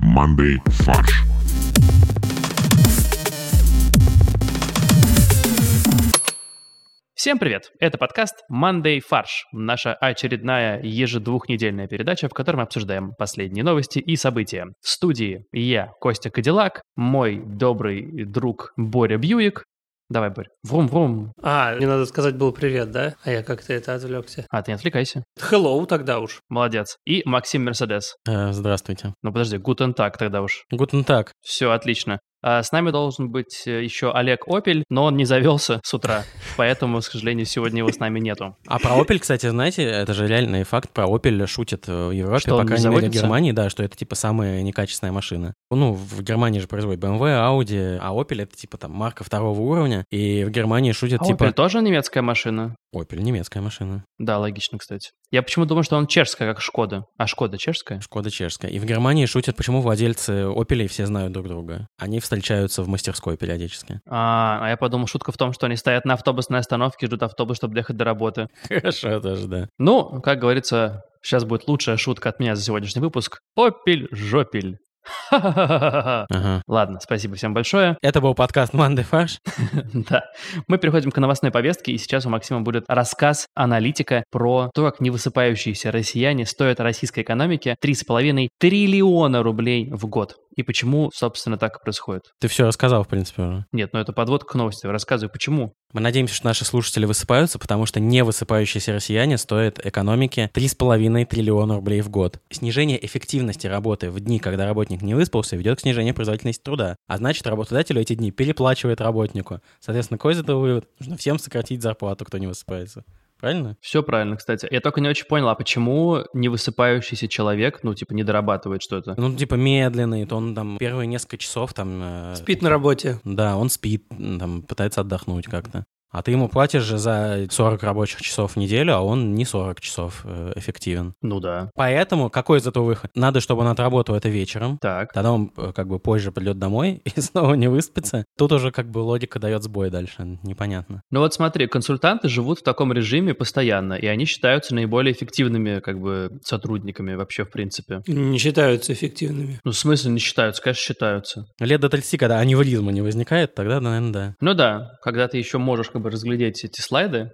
командой «Фарш». Всем привет! Это подкаст Monday Фарш, наша очередная ежедвухнедельная передача, в которой мы обсуждаем последние новости и события. В студии я, Костя Кадиллак, мой добрый друг Боря Бьюик. Давай, Борь, врум-врум. А, мне надо сказать был привет, да? А я как-то это отвлекся. А, ты не отвлекайся. Hello тогда уж. Молодец. И Максим Мерседес. Э, Здравствуйте. Ну, подожди, гутен так тогда уж. Гутен так. Все, отлично. А С нами должен быть э, еще Олег Опель, но он не завелся с утра, поэтому, к сожалению, сегодня его с нами нету. А про Opel, кстати, знаете, это же реальный факт, про Opel шутят э, в Европе, Что, он по не крайней мере, в заводится? Германии, да, что это типа самая некачественная машина. Ну, в Германии же производят BMW, Audi, а Opel это типа там марка второго уровня, и в Германии шутят А Opel типа... тоже немецкая машина? Opel немецкая машина, Да, логично, кстати. Я почему думал, что он чешская, как Шкода. А Шкода чешская? Шкода чешская. И в Германии шутят, почему владельцы Opel все знают друг друга. Они встречаются в мастерской периодически. А, а я подумал, шутка в том, что они стоят на автобусной остановке, ждут автобус, чтобы доехать до работы. Хорошо даже, да. Ну, как говорится, сейчас будет лучшая шутка от меня за сегодняшний выпуск. Опель жопель. Ха-ха-ха-ха-ха. Ага. Ладно, спасибо всем большое. Это был подкаст Манды Фарш. Да. Мы переходим к новостной повестке, и сейчас у Максима будет рассказ аналитика про то, как невысыпающиеся россияне стоят российской экономике 3,5 триллиона рублей в год. И почему, собственно, так и происходит. Ты все рассказал, в принципе, уже. Нет, ну это подводка к новости. Рассказывай, почему. Мы надеемся, что наши слушатели высыпаются, потому что не высыпающиеся россияне стоят экономике 3,5 триллиона рублей в год. Снижение эффективности работы в дни, когда работник не выспался, ведет к снижению производительности труда. А значит, работодателю эти дни переплачивает работнику. Соответственно, какой из этого вывод? Нужно всем сократить зарплату, кто не высыпается. Правильно? Все правильно, кстати. Я только не очень понял, а почему невысыпающийся человек, ну, типа, не дорабатывает что-то? Ну, типа медленный, то он там первые несколько часов там... э, Спит на работе. Да, он спит, м, там пытается отдохнуть как-то. А ты ему платишь же за 40 рабочих часов в неделю, а он не 40 часов э, эффективен. Ну да. Поэтому какой из этого выход? Надо, чтобы он отработал это вечером. Так. Тогда он э, как бы позже придет домой и снова не выспится. Тут уже как бы логика дает сбой дальше. Непонятно. Ну вот смотри, консультанты живут в таком режиме постоянно, и они считаются наиболее эффективными, как бы, сотрудниками вообще, в принципе. Не считаются эффективными. Ну, в смысле не считаются? Конечно, считаются. Лет до 30, когда аневризма не возникает, тогда, наверное, да. Ну да, когда ты еще можешь как бы разглядеть эти слайды,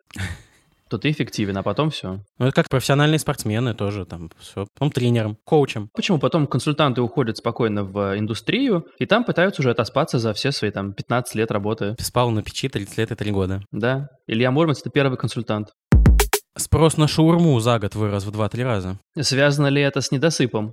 то ты эффективен, а потом все. Ну, это как профессиональные спортсмены тоже, там, все. Потом тренером, коучем. Почему потом консультанты уходят спокойно в индустрию, и там пытаются уже отоспаться за все свои там 15 лет работы. Спал на печи 30 лет и 3 года. Да, Илья Мурманц — это первый консультант. Спрос на шаурму за год вырос в 2-3 раза. Связано ли это с недосыпом?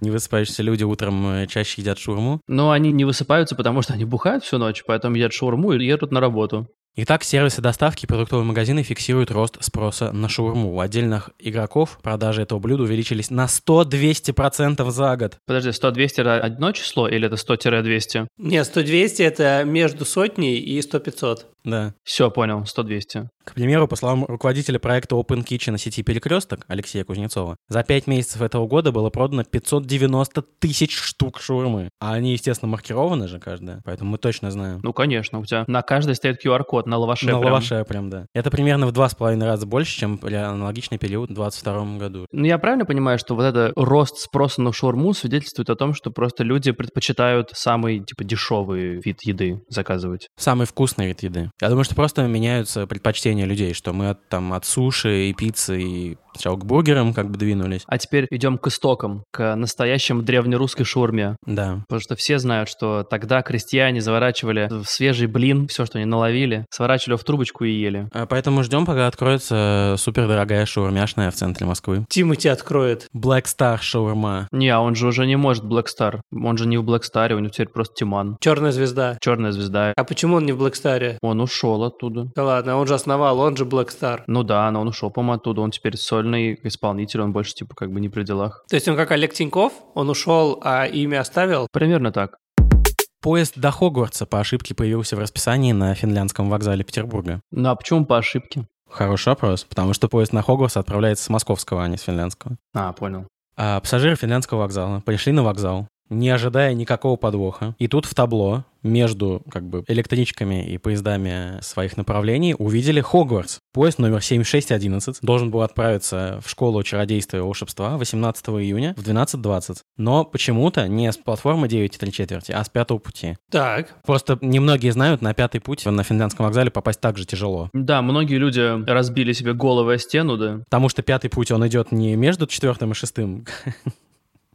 Не высыпающиеся люди утром э, чаще едят шаурму. Но Ну, они не высыпаются, потому что они бухают всю ночь, поэтому едят шаурму и едут на работу. Итак, сервисы доставки и продуктовые магазины фиксируют рост спроса на шаурму. У отдельных игроков продажи этого блюда увеличились на 100-200% за год. Подожди, 100-200 это одно число или это 100-200? Не, 100-200 это между сотней и 100-500. Да. Все, понял, 100-200. К примеру, по словам руководителя проекта Open Kitchen сети «Перекресток» Алексея Кузнецова, за 5 месяцев этого года было продано 590 тысяч штук шаурмы. А они, естественно, маркированы же каждая, поэтому мы точно знаем. Ну, конечно, у тебя на каждой стоит QR-код, на лаваше На прям. лаваше прям, да. Это примерно в два с половиной раза больше, чем при аналогичный период в 2022 году. Ну, я правильно понимаю, что вот это рост спроса на шаурму свидетельствует о том, что просто люди предпочитают самый, типа, дешевый вид еды заказывать? Самый вкусный вид еды. Я думаю, что просто меняются предпочтения людей, что мы от, там от суши и пиццы и сначала к бургерам как бы двинулись. А теперь идем к истокам, к настоящим древнерусской шаурме. Да. Потому что все знают, что тогда крестьяне заворачивали в свежий блин все, что они наловили, сворачивали в трубочку и ели. А Поэтому ждем, пока откроется супердорогая шаурмяшная в центре Москвы. Тимати откроет. Black Star шаурма. Не, а он же уже не может Black Star. Он же не в Black Star, у него теперь просто Тиман. Черная звезда. Черная звезда. А почему он не в Блэкстаре? Он ушел оттуда. Да ладно, он же основал, он же Блэкстар. Ну да, но он ушел, по-моему, оттуда. Он теперь сольный исполнитель, он больше, типа, как бы не при делах. То есть он как Олег Тиньков, он ушел, а имя оставил? Примерно так. Поезд до Хогвартса по ошибке появился в расписании на финляндском вокзале Петербурга. Ну а почему по ошибке? Хороший вопрос, потому что поезд на Хогвартс отправляется с московского, а не с финляндского. А, понял. А, пассажиры финляндского вокзала пришли на вокзал, не ожидая никакого подвоха. И тут в табло между как бы электричками и поездами своих направлений увидели Хогвартс. Поезд номер 7611 должен был отправиться в школу чародейства и волшебства 18 июня в 12.20. Но почему-то не с платформы 9 и 3 четверти, а с пятого пути. Так. Просто немногие знают, на пятый путь на Финляндском вокзале попасть так же тяжело. Да, многие люди разбили себе головы о стену, да, Потому что пятый путь, он идет не между четвертым и шестым,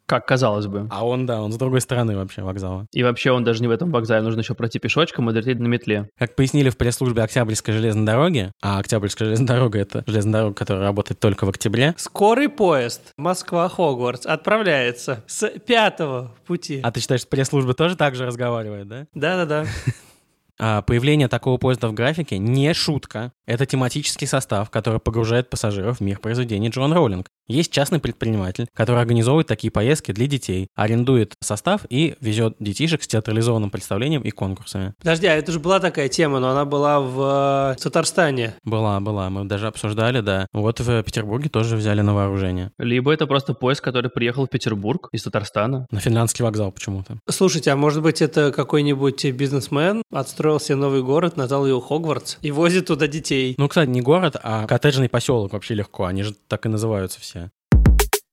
как казалось бы. а он, да, он с другой стороны вообще вокзала. И вообще он даже не в этом вокзале, нужно еще пройти пешочком и долететь на метле. Как пояснили в пресс-службе Октябрьской железной дороги, а Октябрьская железная дорога — это железная дорога, которая работает только в октябре, Скорый поезд Москва-Хогвартс отправляется с пятого пути. а ты считаешь, пресс-служба тоже так же разговаривает, да? Да-да-да. А появление такого поезда в графике не шутка. Это тематический состав, который погружает пассажиров в мир произведений Джон Роулинг. Есть частный предприниматель, который организовывает такие поездки для детей, арендует состав и везет детишек с театрализованным представлением и конкурсами. Подожди, а это же была такая тема, но она была в э, Татарстане. Была, была, мы даже обсуждали, да. Вот в Петербурге тоже взяли на вооружение. Либо это просто поезд, который приехал в Петербург из Татарстана. На финляндский вокзал почему-то. Слушайте, а может быть это какой-нибудь бизнесмен отстроил себе новый город, назвал его Хогвартс и возит туда детей? Ну, кстати, не город, а коттеджный поселок вообще легко. Они же так и называются все.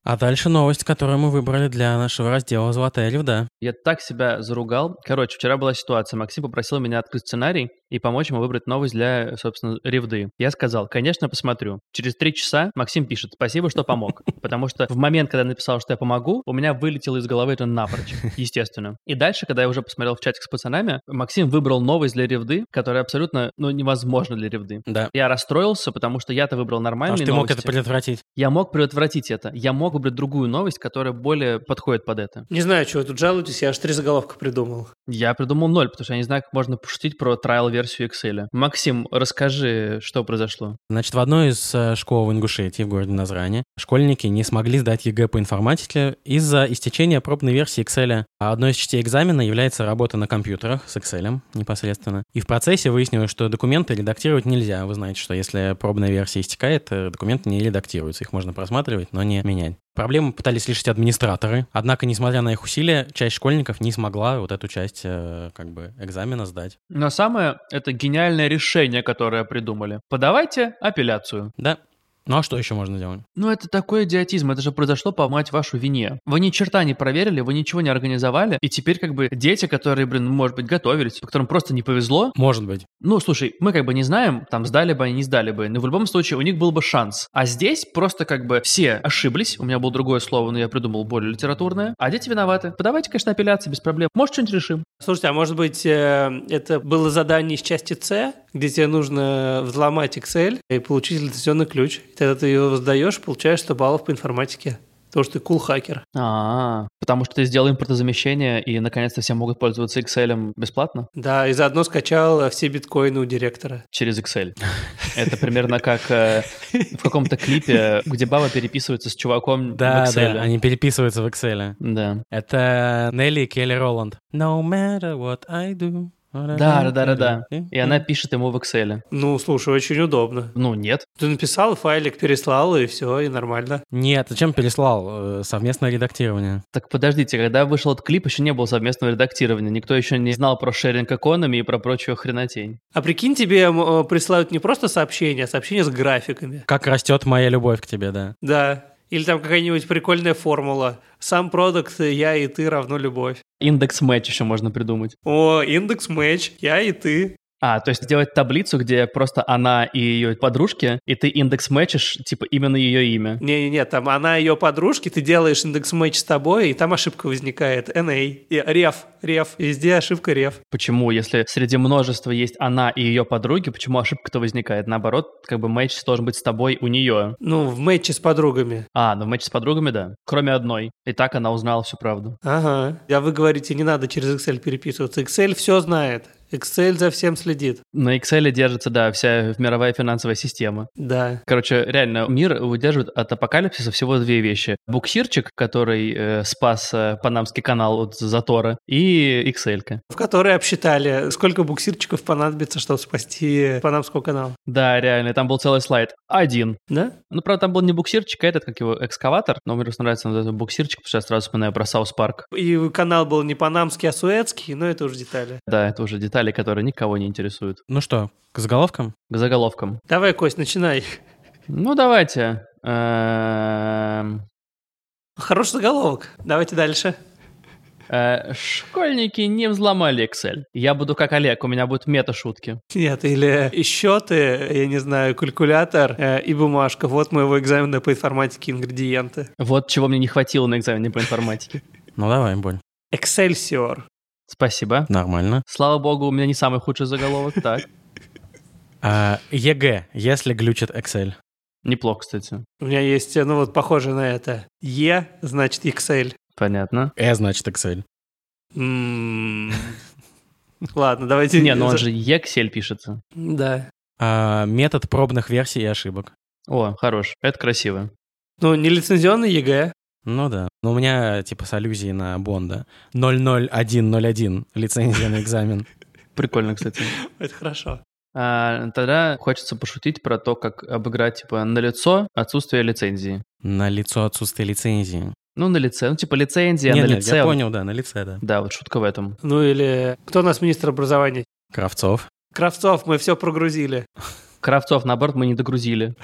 А дальше новость, которую мы выбрали для нашего раздела «Золотая львда». Я так себя заругал. Короче, вчера была ситуация. Максим попросил меня открыть сценарий и помочь ему выбрать новость для, собственно, ревды. Я сказал, конечно, посмотрю. Через три часа Максим пишет, спасибо, что помог. Потому что в момент, когда я написал, что я помогу, у меня вылетело из головы это напрочь, естественно. И дальше, когда я уже посмотрел в чатик с пацанами, Максим выбрал новость для ревды, которая абсолютно, ну, невозможна для ревды. Да. Я расстроился, потому что я-то выбрал Потому нормальные что ты мог новости. это предотвратить. Я мог предотвратить это. Я мог выбрать другую новость, которая более подходит под это. Не знаю, чего вы тут жалуетесь, я аж три заголовка придумал. Я придумал ноль, потому что я не знаю, как можно пошутить про трайл-версию Excel. Максим, расскажи, что произошло. Значит, в одной из э, школ в Ингушетии, в городе Назране, школьники не смогли сдать ЕГЭ по информатике из-за истечения пробной версии Excel. А одной из частей экзамена является работа на компьютерах с Excel непосредственно. И в процессе выяснилось, что документы редактировать нельзя. Вы знаете, что если пробная версия истекает, э, документы не редактируются. Их можно просматривать, но не менять. Проблему пытались решить администраторы, однако, несмотря на их усилия, часть школьников не смогла вот эту часть э, как бы экзамена сдать. Но самое — это гениальное решение, которое придумали. Подавайте апелляцию. Да. Ну а что еще можно делать? Ну это такой идиотизм, это же произошло по мать вашу вине. Вы ни черта не проверили, вы ничего не организовали, и теперь как бы дети, которые, блин, может быть, готовились, которым просто не повезло, Может быть. ну, слушай, мы как бы не знаем, там сдали бы они, не сдали бы, но в любом случае у них был бы шанс. А здесь просто как бы все ошиблись, у меня было другое слово, но я придумал более литературное, а дети виноваты. Подавайте, конечно, апелляции без проблем, может, что-нибудь решим. Слушайте, а может быть, э, это было задание из части С, где тебе нужно взломать Excel и получить лицензионный ключ. И тогда ты его сдаешь, получаешь 100 баллов по информатике. Потому что ты кул-хакер. А, потому что ты сделал импортозамещение, и наконец-то все могут пользоваться Excel бесплатно Да, и заодно скачал э, все биткоины у директора. через Excel. Это примерно как э, в каком-то клипе, где баба переписывается с чуваком Да, в Excel. да, они переписываются в Excel. Да. Это Нелли и Келли Роланд. No matter what I do. Да, да, да, да, да. И она пишет ему в Excel. Ну, слушай, очень удобно. Ну, нет. Ты написал, файлик переслал, и все, и нормально. Нет, а зачем переслал? Э, Совместное редактирование. Так подождите, когда вышел этот клип, еще не было совместного редактирования. Никто еще не знал про шеринг экономи и про прочую хренотень. А прикинь, тебе м, э, присылают не просто сообщение, а сообщение с графиками. Как растет моя любовь к тебе, да. Да. Или там какая-нибудь прикольная формула. Сам продукт, я и ты равно любовь. Индекс матч еще можно придумать. О, индекс матч, я и ты. А, то есть сделать таблицу, где просто она и ее подружки, и ты индекс мэчишь, типа, именно ее имя. Не-не-не, там она ее подружки, ты делаешь индекс матч с тобой, и там ошибка возникает. NA, и реф, реф, везде ошибка реф. Почему, если среди множества есть она и ее подруги, почему ошибка-то возникает? Наоборот, как бы матч должен быть с тобой у нее. Ну, в матче с подругами. А, ну в матче с подругами, да. Кроме одной. И так она узнала всю правду. Ага. А вы говорите, не надо через Excel переписываться. Excel все знает. Excel за всем следит. На Excel держится, да, вся мировая финансовая система. Да. Короче, реально, мир удерживает от апокалипсиса всего две вещи. Буксирчик, который э, спас э, Панамский канал от затора, и Excel. В которой обсчитали, сколько буксирчиков понадобится, чтобы спасти Панамского канала. Да, реально, там был целый слайд. Один. Да? Ну, правда, там был не буксирчик, а этот, как его, экскаватор. Но мне просто нравится этот буксирчик, потому что я сразу вспоминаю про Саус Парк. И канал был не панамский, а суэцкий, но это уже детали. Да, это уже детали, которые никого не интересуют. Ну что, к заголовкам? К заголовкам. Давай, Кость, начинай. Ну, давайте. Эм, Хороший заголовок. Давайте дальше. э, Школьники не взломали Excel. Я буду как Олег, у меня будут мета-шутки. Нет, или и счеты, я не знаю, калькулятор э, и бумажка. Вот моего экзамена по информатике ингредиенты. Вот чего мне не хватило на экзамене по информатике. Ну давай, Боль. Excelsior. Спасибо. Нормально. Слава богу, у меня не самый худший заголовок. Так, А, ЕГЭ, если глючит Excel. неплохо, кстати. У меня есть, э, ну вот, похоже на это. Е значит Excel. Понятно. Э значит Excel. М. М-м-м. Ладно, давайте... Не, ну он за- же Ексель пишется. Да. А, метод пробных версий и ошибок. О, хорош. Это красиво. Ну, нелицензионный ЕГЭ. Ну да. Но у меня типа с аллюзией на Бонда. 00101 лицензия на экзамен. Прикольно, кстати. Это хорошо. А, тогда хочется пошутить про то, как обыграть, типа, на лицо отсутствие лицензии. На лицо отсутствие лицензии. Ну, на лице. Ну, типа, лицензия Нет, на нет, лице. я понял, да, на лице, да. Да, вот шутка в этом. Ну или... Кто у нас министр образования? Кравцов. Кравцов, мы все прогрузили. Кравцов, наоборот, мы не догрузили.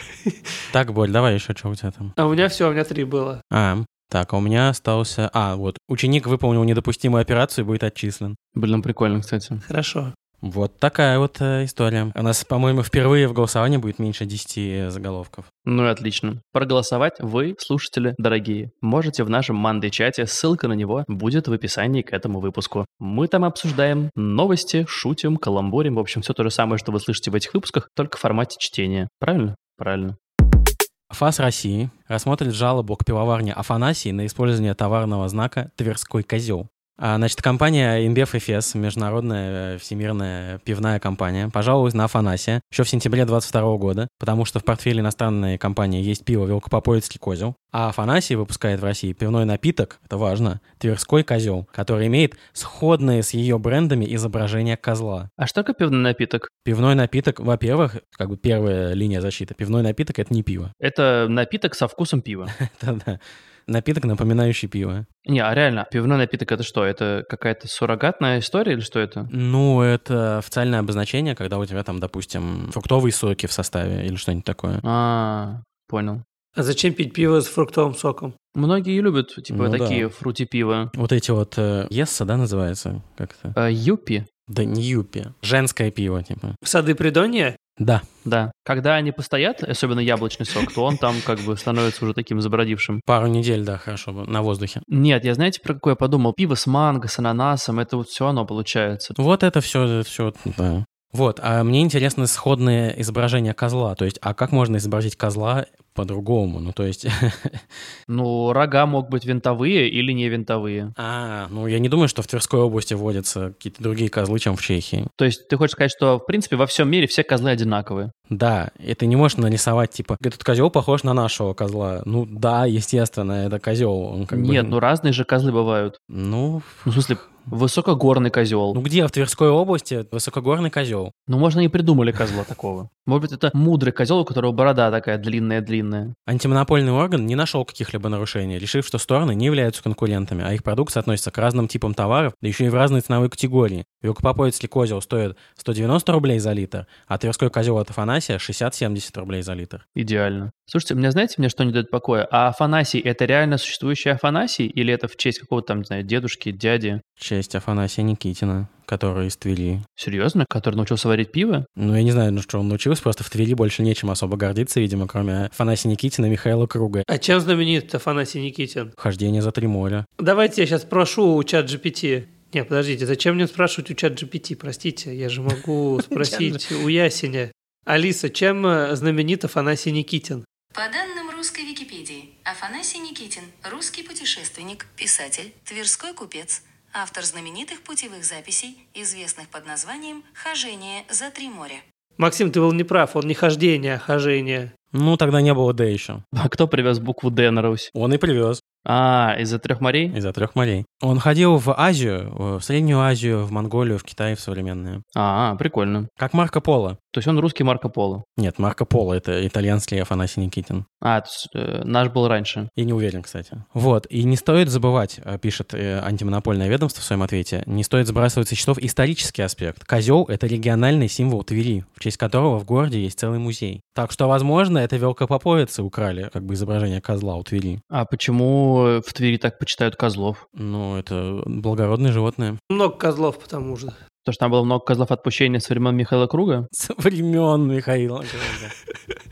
Так, Боль, давай еще что у тебя там. А у меня все, у меня три было. А, так, а у меня остался... А, вот, ученик выполнил недопустимую операцию и будет отчислен. Блин, ну, прикольно, кстати. Хорошо. Вот такая вот э, история. У нас, по-моему, впервые в голосовании будет меньше 10 заголовков. Ну и отлично. Проголосовать вы, слушатели, дорогие, можете в нашем Манды-чате. Ссылка на него будет в описании к этому выпуску. Мы там обсуждаем новости, шутим, каламбурим. В общем, все то же самое, что вы слышите в этих выпусках, только в формате чтения. Правильно? Правильно. ФАС России рассмотрит жалобу к пивоварне Афанасии на использование товарного знака «Тверской козел». А, Значит, компания Инбев Эфес, международная э, всемирная пивная компания, пожаловалась на Афанасия еще в сентябре 22 года, потому что в портфеле иностранной компании есть пиво «Велкопоповицкий козел», а Афанасий выпускает в России пивной напиток, это важно, «Тверской козел», который имеет сходные с ее брендами изображения козла. А что такое пивный напиток? Пивной напиток, во-первых, как бы первая линия защиты. Пивной напиток — это не пиво. Это напиток со вкусом пива. Да-да. Напиток, напоминающий пиво. Не, а реально, пивной напиток это что? Это какая-то суррогатная история или что это? Ну, это официальное обозначение, когда у тебя там, допустим, фруктовые соки в составе или что-нибудь такое. А, понял. А зачем пить пиво с фруктовым соком? Многие любят, типа, Ну да. такие фрути пива. Вот эти вот э, Есса, да, называется как-то? А, юпи? Да не юпи. Женское пиво, типа. Сады Придонья? Да. Да. Когда они постоят, особенно яблочный сок, то он там как бы становится уже таким забродившим. Пару недель, да, хорошо бы, на воздухе. Нет, я знаете, про какое подумал? Пиво с манго, с ананасом, это вот все оно получается. Вот это все, все, да. Вот, а мне интересно сходное изображение козла. То есть, а как можно изобразить козла по-другому? Ну, то есть, Ну, рога могут быть винтовые или не винтовые. А, ну я не думаю, что в Тверской области водятся какие-то другие козлы, чем в Чехии. То есть ты хочешь сказать, что в принципе во всем мире все козлы одинаковые? Да, и ты не можешь нарисовать, типа, этот козел похож на нашего козла. Ну да, естественно, это козел. Он как бы- Нет, ну разные же козлы бывают. Ну, Ну, в смысле, высокогорный козел. ну где в Тверской области высокогорный козел? Ну, можно и придумали козла такого. Может быть, это мудрый козел, у которого борода такая длинная-длинная. Антимонопольный орган не нашел каких-либо нарушений, решив, что стороны не являются конкурентами, а их продукция относится к разным типам товаров, да еще и в разные ценовые категории. Велкопоповицкий козел стоит 190 рублей за литр, а Тверской козел от Афанасия 60-70 рублей за литр. Идеально. Слушайте, мне знаете, мне что не дает покоя? А Афанасий — это реально существующий Афанасий? Или это в честь какого-то там, не знаю, дедушки, дяди? В честь Афанасия Никитина, который из Твери. Серьезно? Который научился варить пиво? Ну, я не знаю, ну что он научился, просто в Твери больше нечем особо гордиться, видимо, кроме Афанасия Никитина и Михаила Круга. А чем знаменит Афанасий Никитин? Хождение за три моря. Давайте я сейчас спрошу у чат GPT. Не, подождите, зачем мне спрашивать у чат GPT? Простите, я же могу спросить у Ясеня. Алиса, чем э, знаменит Афанасий Никитин? По данным русской Википедии, Афанасий Никитин – русский путешественник, писатель, тверской купец, автор знаменитых путевых записей, известных под названием «Хожение за три моря». Максим, ты был неправ, он не хождение, а хожение. Ну, тогда не было «Д» еще. А кто привез букву «Д» на Русь? Он и привез А, из-за трех морей? из-за трех морей. Он ходил в Азию, э, в Среднюю Азию, в Монголию, в Китай, в современную. А, прикольно. Как Марко Поло. То есть он русский Марко Поло. Нет, Марко Поло — это итальянский Афанасий Никитин. А, то есть, э, наш был раньше. Я не уверен, кстати. Вот, и не стоит забывать, э, пишет э, антимонопольное ведомство в своем ответе, не стоит сбрасывать со счетов исторический аспект. Козел — это региональный символ Твери, в честь которого в городе есть целый музей. Так что, возможно, это велкопоповицы украли, как бы изображение козла у Твери. А почему в Твери так почитают козлов? Ну, это благородное животное. Много козлов, потому что. Потому что там было много козлов отпущения со времен Михаила Круга? Со времен Михаила. Круга.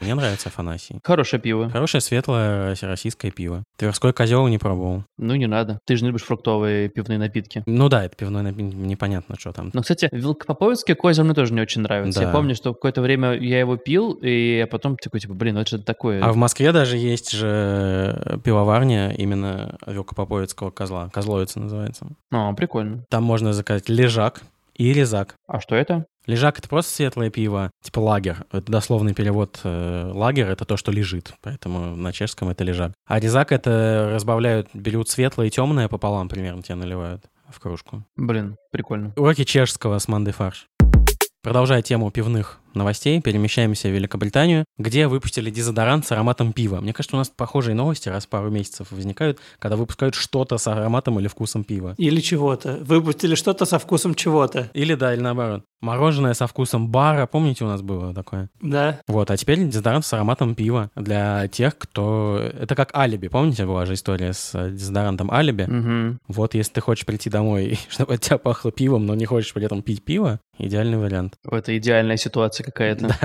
Мне нравится Афанасий. Хорошее пиво. Хорошее, светлое российское пиво. Тверской козел не пробовал. Ну, не надо. Ты же не любишь фруктовые пивные напитки. Ну да, это пивное напи- непонятно, что там. Но, кстати, Велкопоповицкий козел мне тоже не очень нравится. Я Да. помню, что какое-то время я его пил, и я потом такой, типа, блин, ну это что такое? А в Москве даже есть же э, пивоварня именно Велкопоповицкого козла. Козловица называется. А, прикольно. Там можно заказать лежак и резак. А что это? Лежак — это просто светлое пиво, типа лагер. Это дословный перевод э, лагер — это то, что лежит, поэтому на чешском это лежак. А резак — это разбавляют, берут светлое и темное пополам примерно тебе наливают в кружку. Блин, прикольно. Уроки чешского с Манды Фарш. Продолжая тему пивных новостей, перемещаемся в Великобританию, где выпустили дезодорант с ароматом пива. Мне кажется, у нас похожие новости раз в пару месяцев возникают, когда выпускают что-то с ароматом или вкусом пива. Или чего-то. Выпустили что-то со вкусом чего-то. Или да, или наоборот. Мороженое со вкусом бара, помните, у нас было такое? Да. Вот, а теперь дезодорант с ароматом пива для тех, кто... Это как алиби, помните, была же история с э, дезодорантом алиби? Мгм. Вот, если ты хочешь прийти домой, чтобы от тебя пахло пивом, но не хочешь при этом пить пиво, идеальный вариант. Это идеальная ситуация какая-то.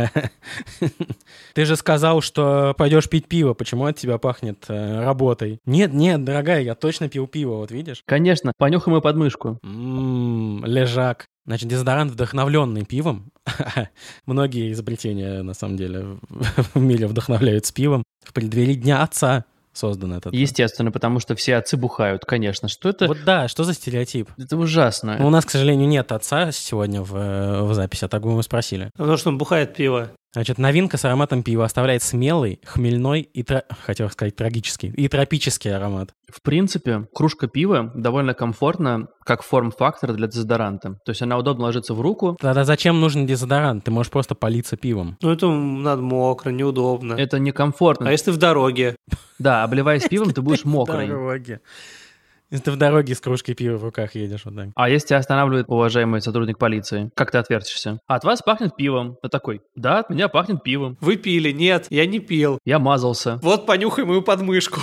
Ты же сказал, что пойдешь пить пиво, почему от тебя пахнет э, работой? Нет, нет, дорогая, я точно пил пиво, вот видишь? Конечно, понюхай мою подмышку. Ммм, лежак. Значит, дезодорант, вдохновленный пивом. Многие изобретения, на самом деле, в мире вдохновляются пивом. В преддверии Дня Отца создан этот. Естественно, потому что все отцы бухают, конечно. Что это? Вот да, что за стереотип? Ну, Это ужасно. У нас, к сожалению, нет отца сегодня в, э, в записи, а так бы мы спросили. Потому что он бухает пиво. Значит, новинка с ароматом пива оставляет смелый, хмельной и, тро- хотел сказать, трагический, и тропический аромат. В принципе, кружка пива довольно комфортна как форм-фактор для дезодоранта. То есть она удобно ложится в руку. Тогда зачем нужен дезодорант? Ты можешь просто политься пивом. Ну, это надо мокро, неудобно. Это некомфортно. А если в дороге? Да, обливаясь пивом, ты будешь мокрый. дороге. Если ты в дороге с кружкой пива в руках едешь, вот так. А если тебя останавливает уважаемый сотрудник полиции, как ты отвертишься? «А От вас пахнет пивом. Ты такой, да, от меня пахнет пивом. Вы пили? Нет, я не пил. Я мазался. Вот понюхай мою подмышку.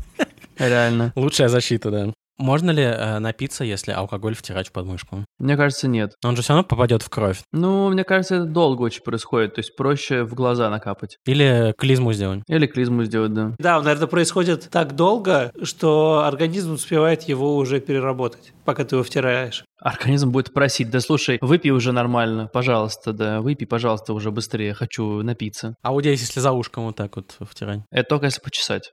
Реально. Лучшая защита, да. Можно ли э, напиться, если алкоголь втирать в подмышку? Мне кажется, нет. Он же все равно попадет в кровь. Ну, мне кажется, это долго очень происходит. То есть проще в глаза накапать. Или клизму сделать. Или клизму сделать, да. Да, наверное, происходит так долго, что организм успевает его уже переработать, пока ты его втираешь. Организм будет просить, да слушай, выпей уже нормально, пожалуйста, да, выпей, пожалуйста, уже быстрее, хочу напиться. А вот здесь, если за ушком вот так вот втирать. Это только если почесать.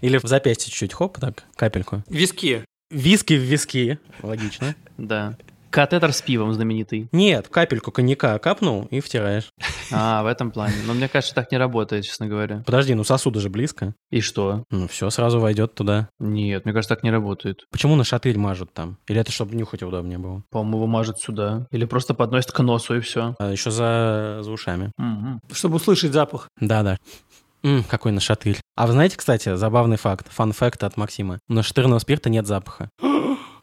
Или в запястье чуть-чуть, хоп, так, капельку. Виски. Виски в виски. Логично. Да. Катетер с пивом знаменитый. Нет, капельку коньяка капнул и втираешь. А, в этом плане. Но мне кажется, так не работает, честно говоря. Подожди, ну сосуды же близко. И что? Ну все, сразу войдет туда. Нет, мне кажется, так не работает. Почему на шатырь мажут там? Или это чтобы нюхать удобнее было? По-моему, его мажет сюда. Или просто подносит к носу и все. А еще за, за ушами. Чтобы услышать запах. Да-да. М, какой нашатырь. А вы знаете, кстати, забавный факт, фан-факт от Максима. У нашатырного спирта нет запаха.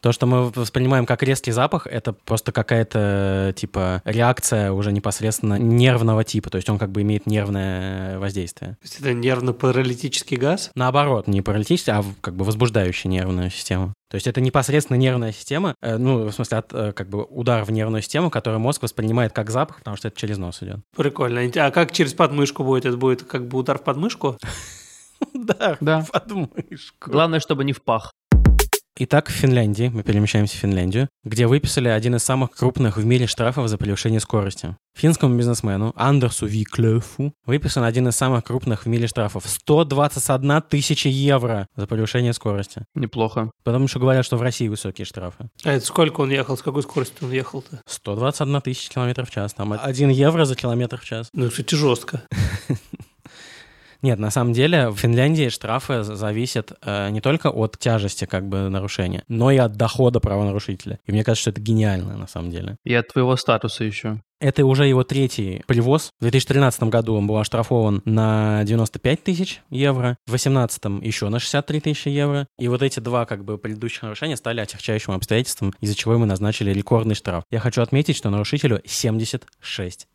То, что мы воспринимаем как резкий запах, это просто какая-то, типа, реакция уже непосредственно нервного типа. То есть он как бы имеет нервное э, воздействие. То есть это нервно-паралитический газ. Наоборот, не паралитический, а в- как бы возбуждающий нервную систему. То есть это непосредственно нервная система, э, ну, в смысле, от, э, как бы удар в нервную систему, который мозг воспринимает как запах, потому что это через нос идет. Прикольно. А как через подмышку будет? Это будет как бы удар в подмышку? Удар Да. в подмышку. Главное, чтобы не в пах. Итак, в Финляндии, мы перемещаемся в Финляндию, где выписали один из самых крупных в мире штрафов за превышение скорости. Финскому бизнесмену Андерсу Виклёфу выписан один из самых крупных в мире штрафов. 121 тысяча евро за превышение скорости. Неплохо. Потом еще говорят, что в России высокие штрафы. А это сколько он ехал, с какой скоростью он ехал-то? 121 тысяча километров в час. Там 1 евро за километр в час. Ну, кстати, жестко. Нет, на самом деле в Финляндии штрафы з- зависят э, не только от тяжести как бы нарушения, но и от дохода правонарушителя. И мне кажется, что это гениально на самом деле. И от твоего статуса еще. Это уже его третий привоз. В 2013 году он был оштрафован на 95 тысяч евро, в 2018 еще на 63 тысячи евро. И вот эти два как бы предыдущих нарушения стали отягчающим обстоятельством, из-за чего ему назначили рекордный штраф. Я хочу отметить, что нарушителю 76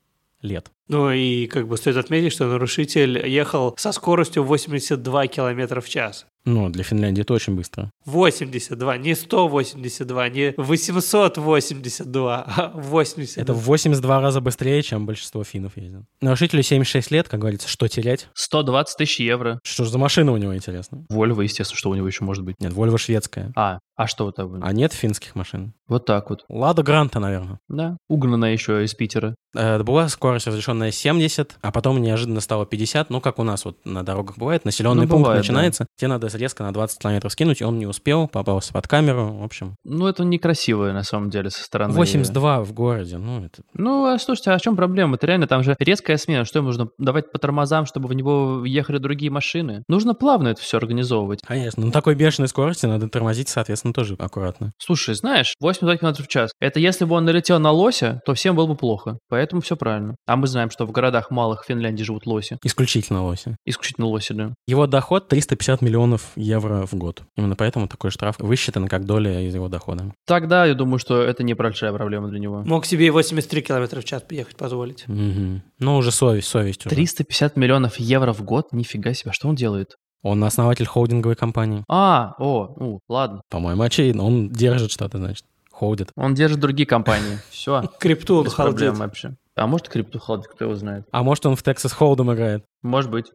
лет. Ну и как бы стоит отметить, что нарушитель ехал со скоростью 82 километра в час. Ну, для Финляндии это очень быстро. 82, не 182, не 882, а 80. Это в 82 раза быстрее, чем большинство финнов ездят. Нарушителю 76 лет, как говорится, что терять? 120 тысяч евро. Что же за машина у него, интересно? Вольво, естественно, что у него еще может быть. Нет, Вольва шведская. А, а что там? А нет финских машин. Вот так вот. Лада Гранта, наверное. Да. Угнанная еще из Питера. Э, Была скорость разрешенная 70, а потом неожиданно стало 50. Ну, как у нас вот на дорогах бывает. Населенный Ну, пункт бывает, да. начинается. Тебе надо резко на 20 километров скинуть, и он не успел, попался под камеру. В общем, Ну, это некрасиво, на самом деле, со стороны. 82 в городе. Ну, это... Ну, а слушайте, а в чем проблема? Это реально там же резкая смена. Что им нужно давать по тормозам, чтобы в него ехали другие машины? Нужно плавно это все организовывать. Конечно, на такой бешеной скорости надо тормозить, соответственно, тоже аккуратно. Слушай, знаешь, 82 км в час. Это если бы он налетел на лося, то всем было бы плохо. Поэтому все правильно. А мы знаем, что в городах малых в Финляндии живут лоси. Исключительно лоси. Исключительно лоси, да. Его доход 350 миллионов евро в год. Именно поэтому такой штраф высчитан как доля из его дохода. Тогда я думаю, что это не большая проблема для него. Мог себе и 83 километра в час поехать позволить. Мгм. Ну, уже совесть, совесть уже. 350 миллионов евро в год? Нифига себе, А что он делает? Он основатель холдинговой компании. А, о, ну, ладно. По-моему, очевидно. Он держит что-то, значит. Холдит. Он держит другие компании. Все, Крипту он без проблем халдит. вообще. А может, крипту холдит, кто его знает. А может, он в Texas Холдом играет? Может быть.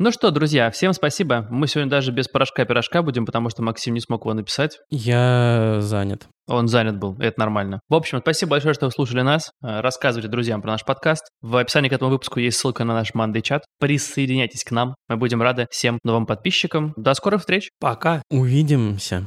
Ну что, друзья, всем спасибо. Мы сегодня даже без порошка-пирожка будем, потому что Максим не смог его написать. Я занят. Он занят был, это нормально. В общем, спасибо большое, что вы слушали нас. Э, Рассказывайте друзьям про наш подкаст. В описании к этому выпуску есть ссылка на наш Monday чат. Присоединяйтесь к нам. Мы будем рады всем новым подписчикам. До скорых встреч! Пока. Увидимся.